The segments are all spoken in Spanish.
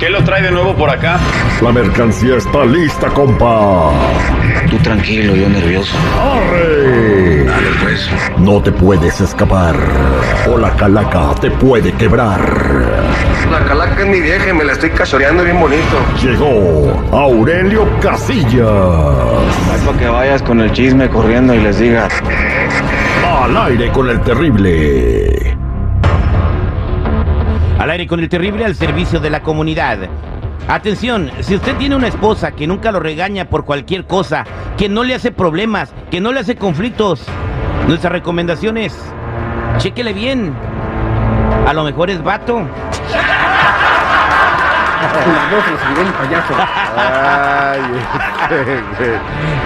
¿Qué lo trae de nuevo por acá? La mercancía está lista, compa. Tú tranquilo, yo nervioso. ¡Arre! Dale, pues. No te puedes escapar. O la calaca te puede quebrar. La calaca es mi vieja y me la estoy cachoreando bien bonito. Llegó Aurelio Casillas. Es para que vayas con el chisme corriendo y les digas. Al aire con el terrible. Al aire con el terrible al servicio de la comunidad. Atención, si usted tiene una esposa que nunca lo regaña por cualquier cosa, que no le hace problemas, que no le hace conflictos, nuestra recomendación es, chéquele bien. A lo mejor es vato.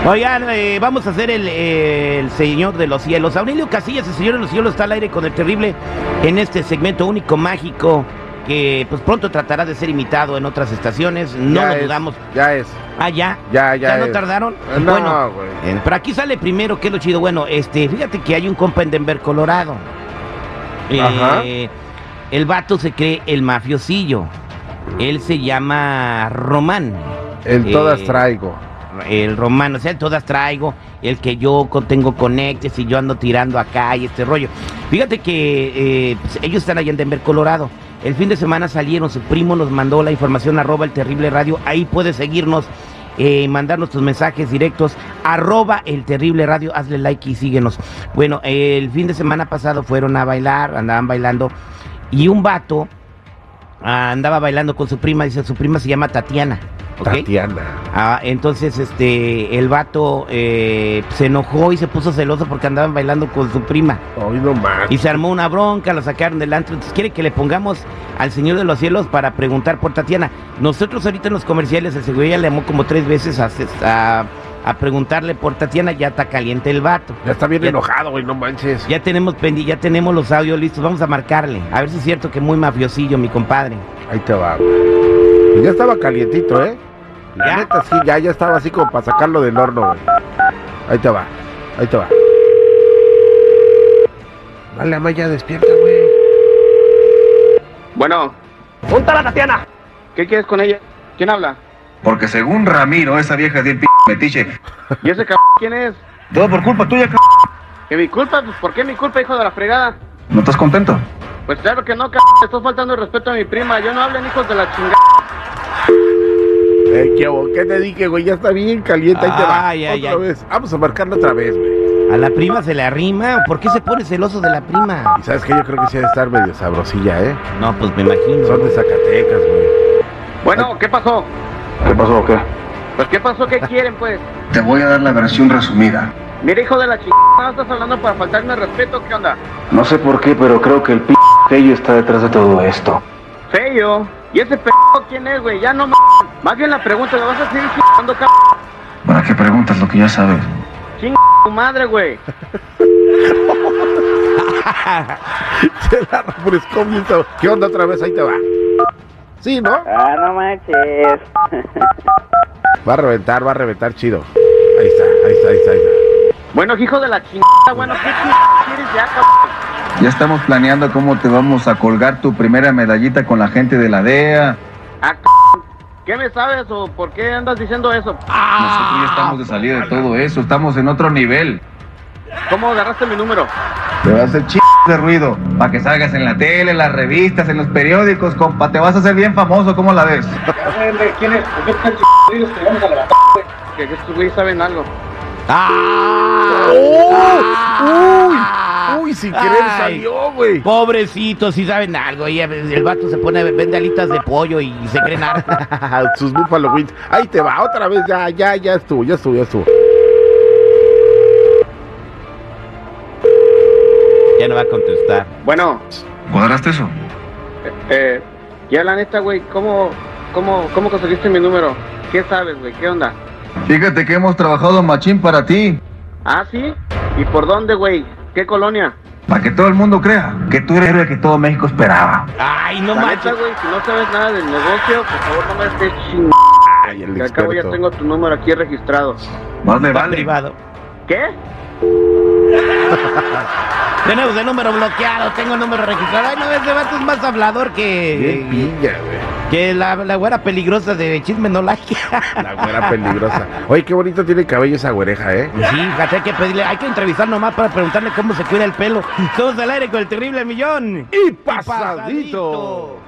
Oigan, eh, vamos a hacer el, eh, el Señor de los Cielos. Aurelio Casillas, el Señor de los Cielos, está al aire con el terrible en este segmento único mágico que pues pronto tratará de ser imitado en otras estaciones. No Ya lo es, dudamos. Ya es. Ah, ya. Ya, ya no es. tardaron? Eh, no, bueno, güey. eh, pero aquí sale primero, que es lo chido. Bueno, este, fíjate que hay un compa en Denver, Colorado. Eh, Ajá. El vato se cree el mafiosillo. Él se llama Román. El Eh, todas traigo. El Román, o sea, el todas traigo, el que yo co- tengo conectes y yo ando tirando acá y este rollo. Fíjate que eh, pues, ellos están allá en Denver, Colorado. El fin de semana salieron, su primo nos mandó la información arroba el terrible radio. Ahí puedes seguirnos, eh, mandarnos tus mensajes directos arroba el terrible radio, hazle like y síguenos. Bueno, eh, el fin de semana pasado fueron a bailar, andaban bailando y un vato ah, andaba bailando con su prima, dice, su prima se llama Tatiana. ¿ok? Tatiana. Ah, entonces este el vato eh, se enojó y se puso celoso porque andaban bailando con su prima. Hoy no más. Y se armó una bronca, lo sacaron del antro. Entonces quiere que le pongamos al Señor de los Cielos para preguntar por Tatiana. Nosotros ahorita en los comerciales, el seguridad le llamó como tres veces a, a- a preguntarle por Tatiana, ya está caliente el vato. Ya está bien Ya- enojado, güey, no manches. Ya tenemos pendi, ya tenemos los audios listos, vamos a marcarle. A ver si es cierto que muy mafiosillo, mi compadre. Ahí te va, güey. Pues ya estaba calientito, ¿eh? Ya. La neta, sí, ya, ya estaba así como para sacarlo del horno, güey. Ahí te va. Ahí te va. Dale, Amaya, despierta, güey. Bueno, ¡Punta la Tatiana! ¿qué quieres con ella? ¿Quién habla? Porque según Ramiro, esa vieja es bien p metiche. ¿Y ese cabrón quién es? Todo por culpa tuya, c ¿Que mi culpa? Pues ¿por qué mi culpa, hijo de la fregada? ¿No estás contento? Pues claro que no, c******, estás faltando el respeto a mi prima. Yo no hablen, hijos de la chingada. Eh, ¿qué, hago? ¿Qué te dije, güey? Ya está bien caliente, ahí te va. Ay, ay, otra ay. vez. Vamos a marcarlo otra vez, güey. ¿A la prima se le arrima? ¿Por qué se pone celoso de la prima? Y sabes que yo creo que sí ha de estar medio sabrosilla, ¿eh? No, pues me imagino. Son de Zacatecas, güey. Bueno, ¿qué pasó? ¿Qué pasó o qué? Pues ¿qué pasó? ¿Qué quieren, pues? Te voy a dar la versión resumida. Mira, hijo de la chingada, ¿no estás hablando para faltarme el respeto? ¿Qué onda? No sé por qué, pero creo que el p Tello está detrás de todo esto. Feo. ¿Y ese p*** quién es, güey? Ya no m******. Más bien la pregunta, ¿me vas a seguir chingando, c******? ¿Para qué preguntas lo que ya sabes? Chinga tu madre, güey. Se la refrescó bien sab- ¿Qué onda otra vez? Ahí te va. Sí, ¿no? Ah, no manches. Va a reventar, va a reventar chido. Ahí está, ahí está, ahí está. Ahí está. Bueno, hijo de la chingada, bueno, ¿qué chingada quieres ya, cabrón? Ya estamos planeando cómo te vamos a colgar tu primera medallita con la gente de la E DEA. Ah, c******, ¿Qué me sabes o por qué andas diciendo eso? Nosotros ya estamos de salida de todo eso, estamos en otro nivel. ¿Cómo agarraste mi número? Te vas a hacer ch... de ruido, para que salgas en la tele, en las revistas, en los periódicos, compa, te vas a hacer bien famoso, ¿cómo la ves? ¿Quién es? que vamos a levantar, Que estos güeyes saben algo. ¡Ah! ¡Oh! ¡Uy! Uy, sin querer Ay, salió, güey. Pobrecito, si saben algo. y el vato se pone, vende alitas de pollo y se creen harta. Sus Buffalo Wings. Ahí te va, otra vez, ya, ya, ya estuvo, ya estuvo, ya estuvo. ya no va a contestar. Bueno, ¿Cuadraste eso? eh, eh, ya la neta, güey, ¿cómo, cómo, ¿cómo conseguiste mi número? ¿Qué sabes, güey? ¿Qué onda? Fíjate que hemos trabajado machín para ti, ¿Ah, sí? ¿Y por dónde, güey? ¿Qué colonia? para que todo el mundo crea que tú eres el héroe que todo México esperaba. Ay, no La neta, manches. güey, si no sabes nada del negocio, por favor no me estés chingando. Ay, el Que al cabo ya experto. tengo tu número aquí registrado. Más le Va vale. privado. ¿Qué? Tenemos el número bloqueado, tengo el número registrado. Ay, no, ese vato es más hablador que. Bien pilla, güey. Que la, la güera peligrosa de chisme no like. La güera peligrosa. Oye, qué bonito tiene el cabello esa güereja, ¿eh? Sí, fíjate, hay que pedirle, hay que entrevistar nomás para preguntarle cómo se cuida el pelo. Todos al aire con el terrible millón. Y pasadito.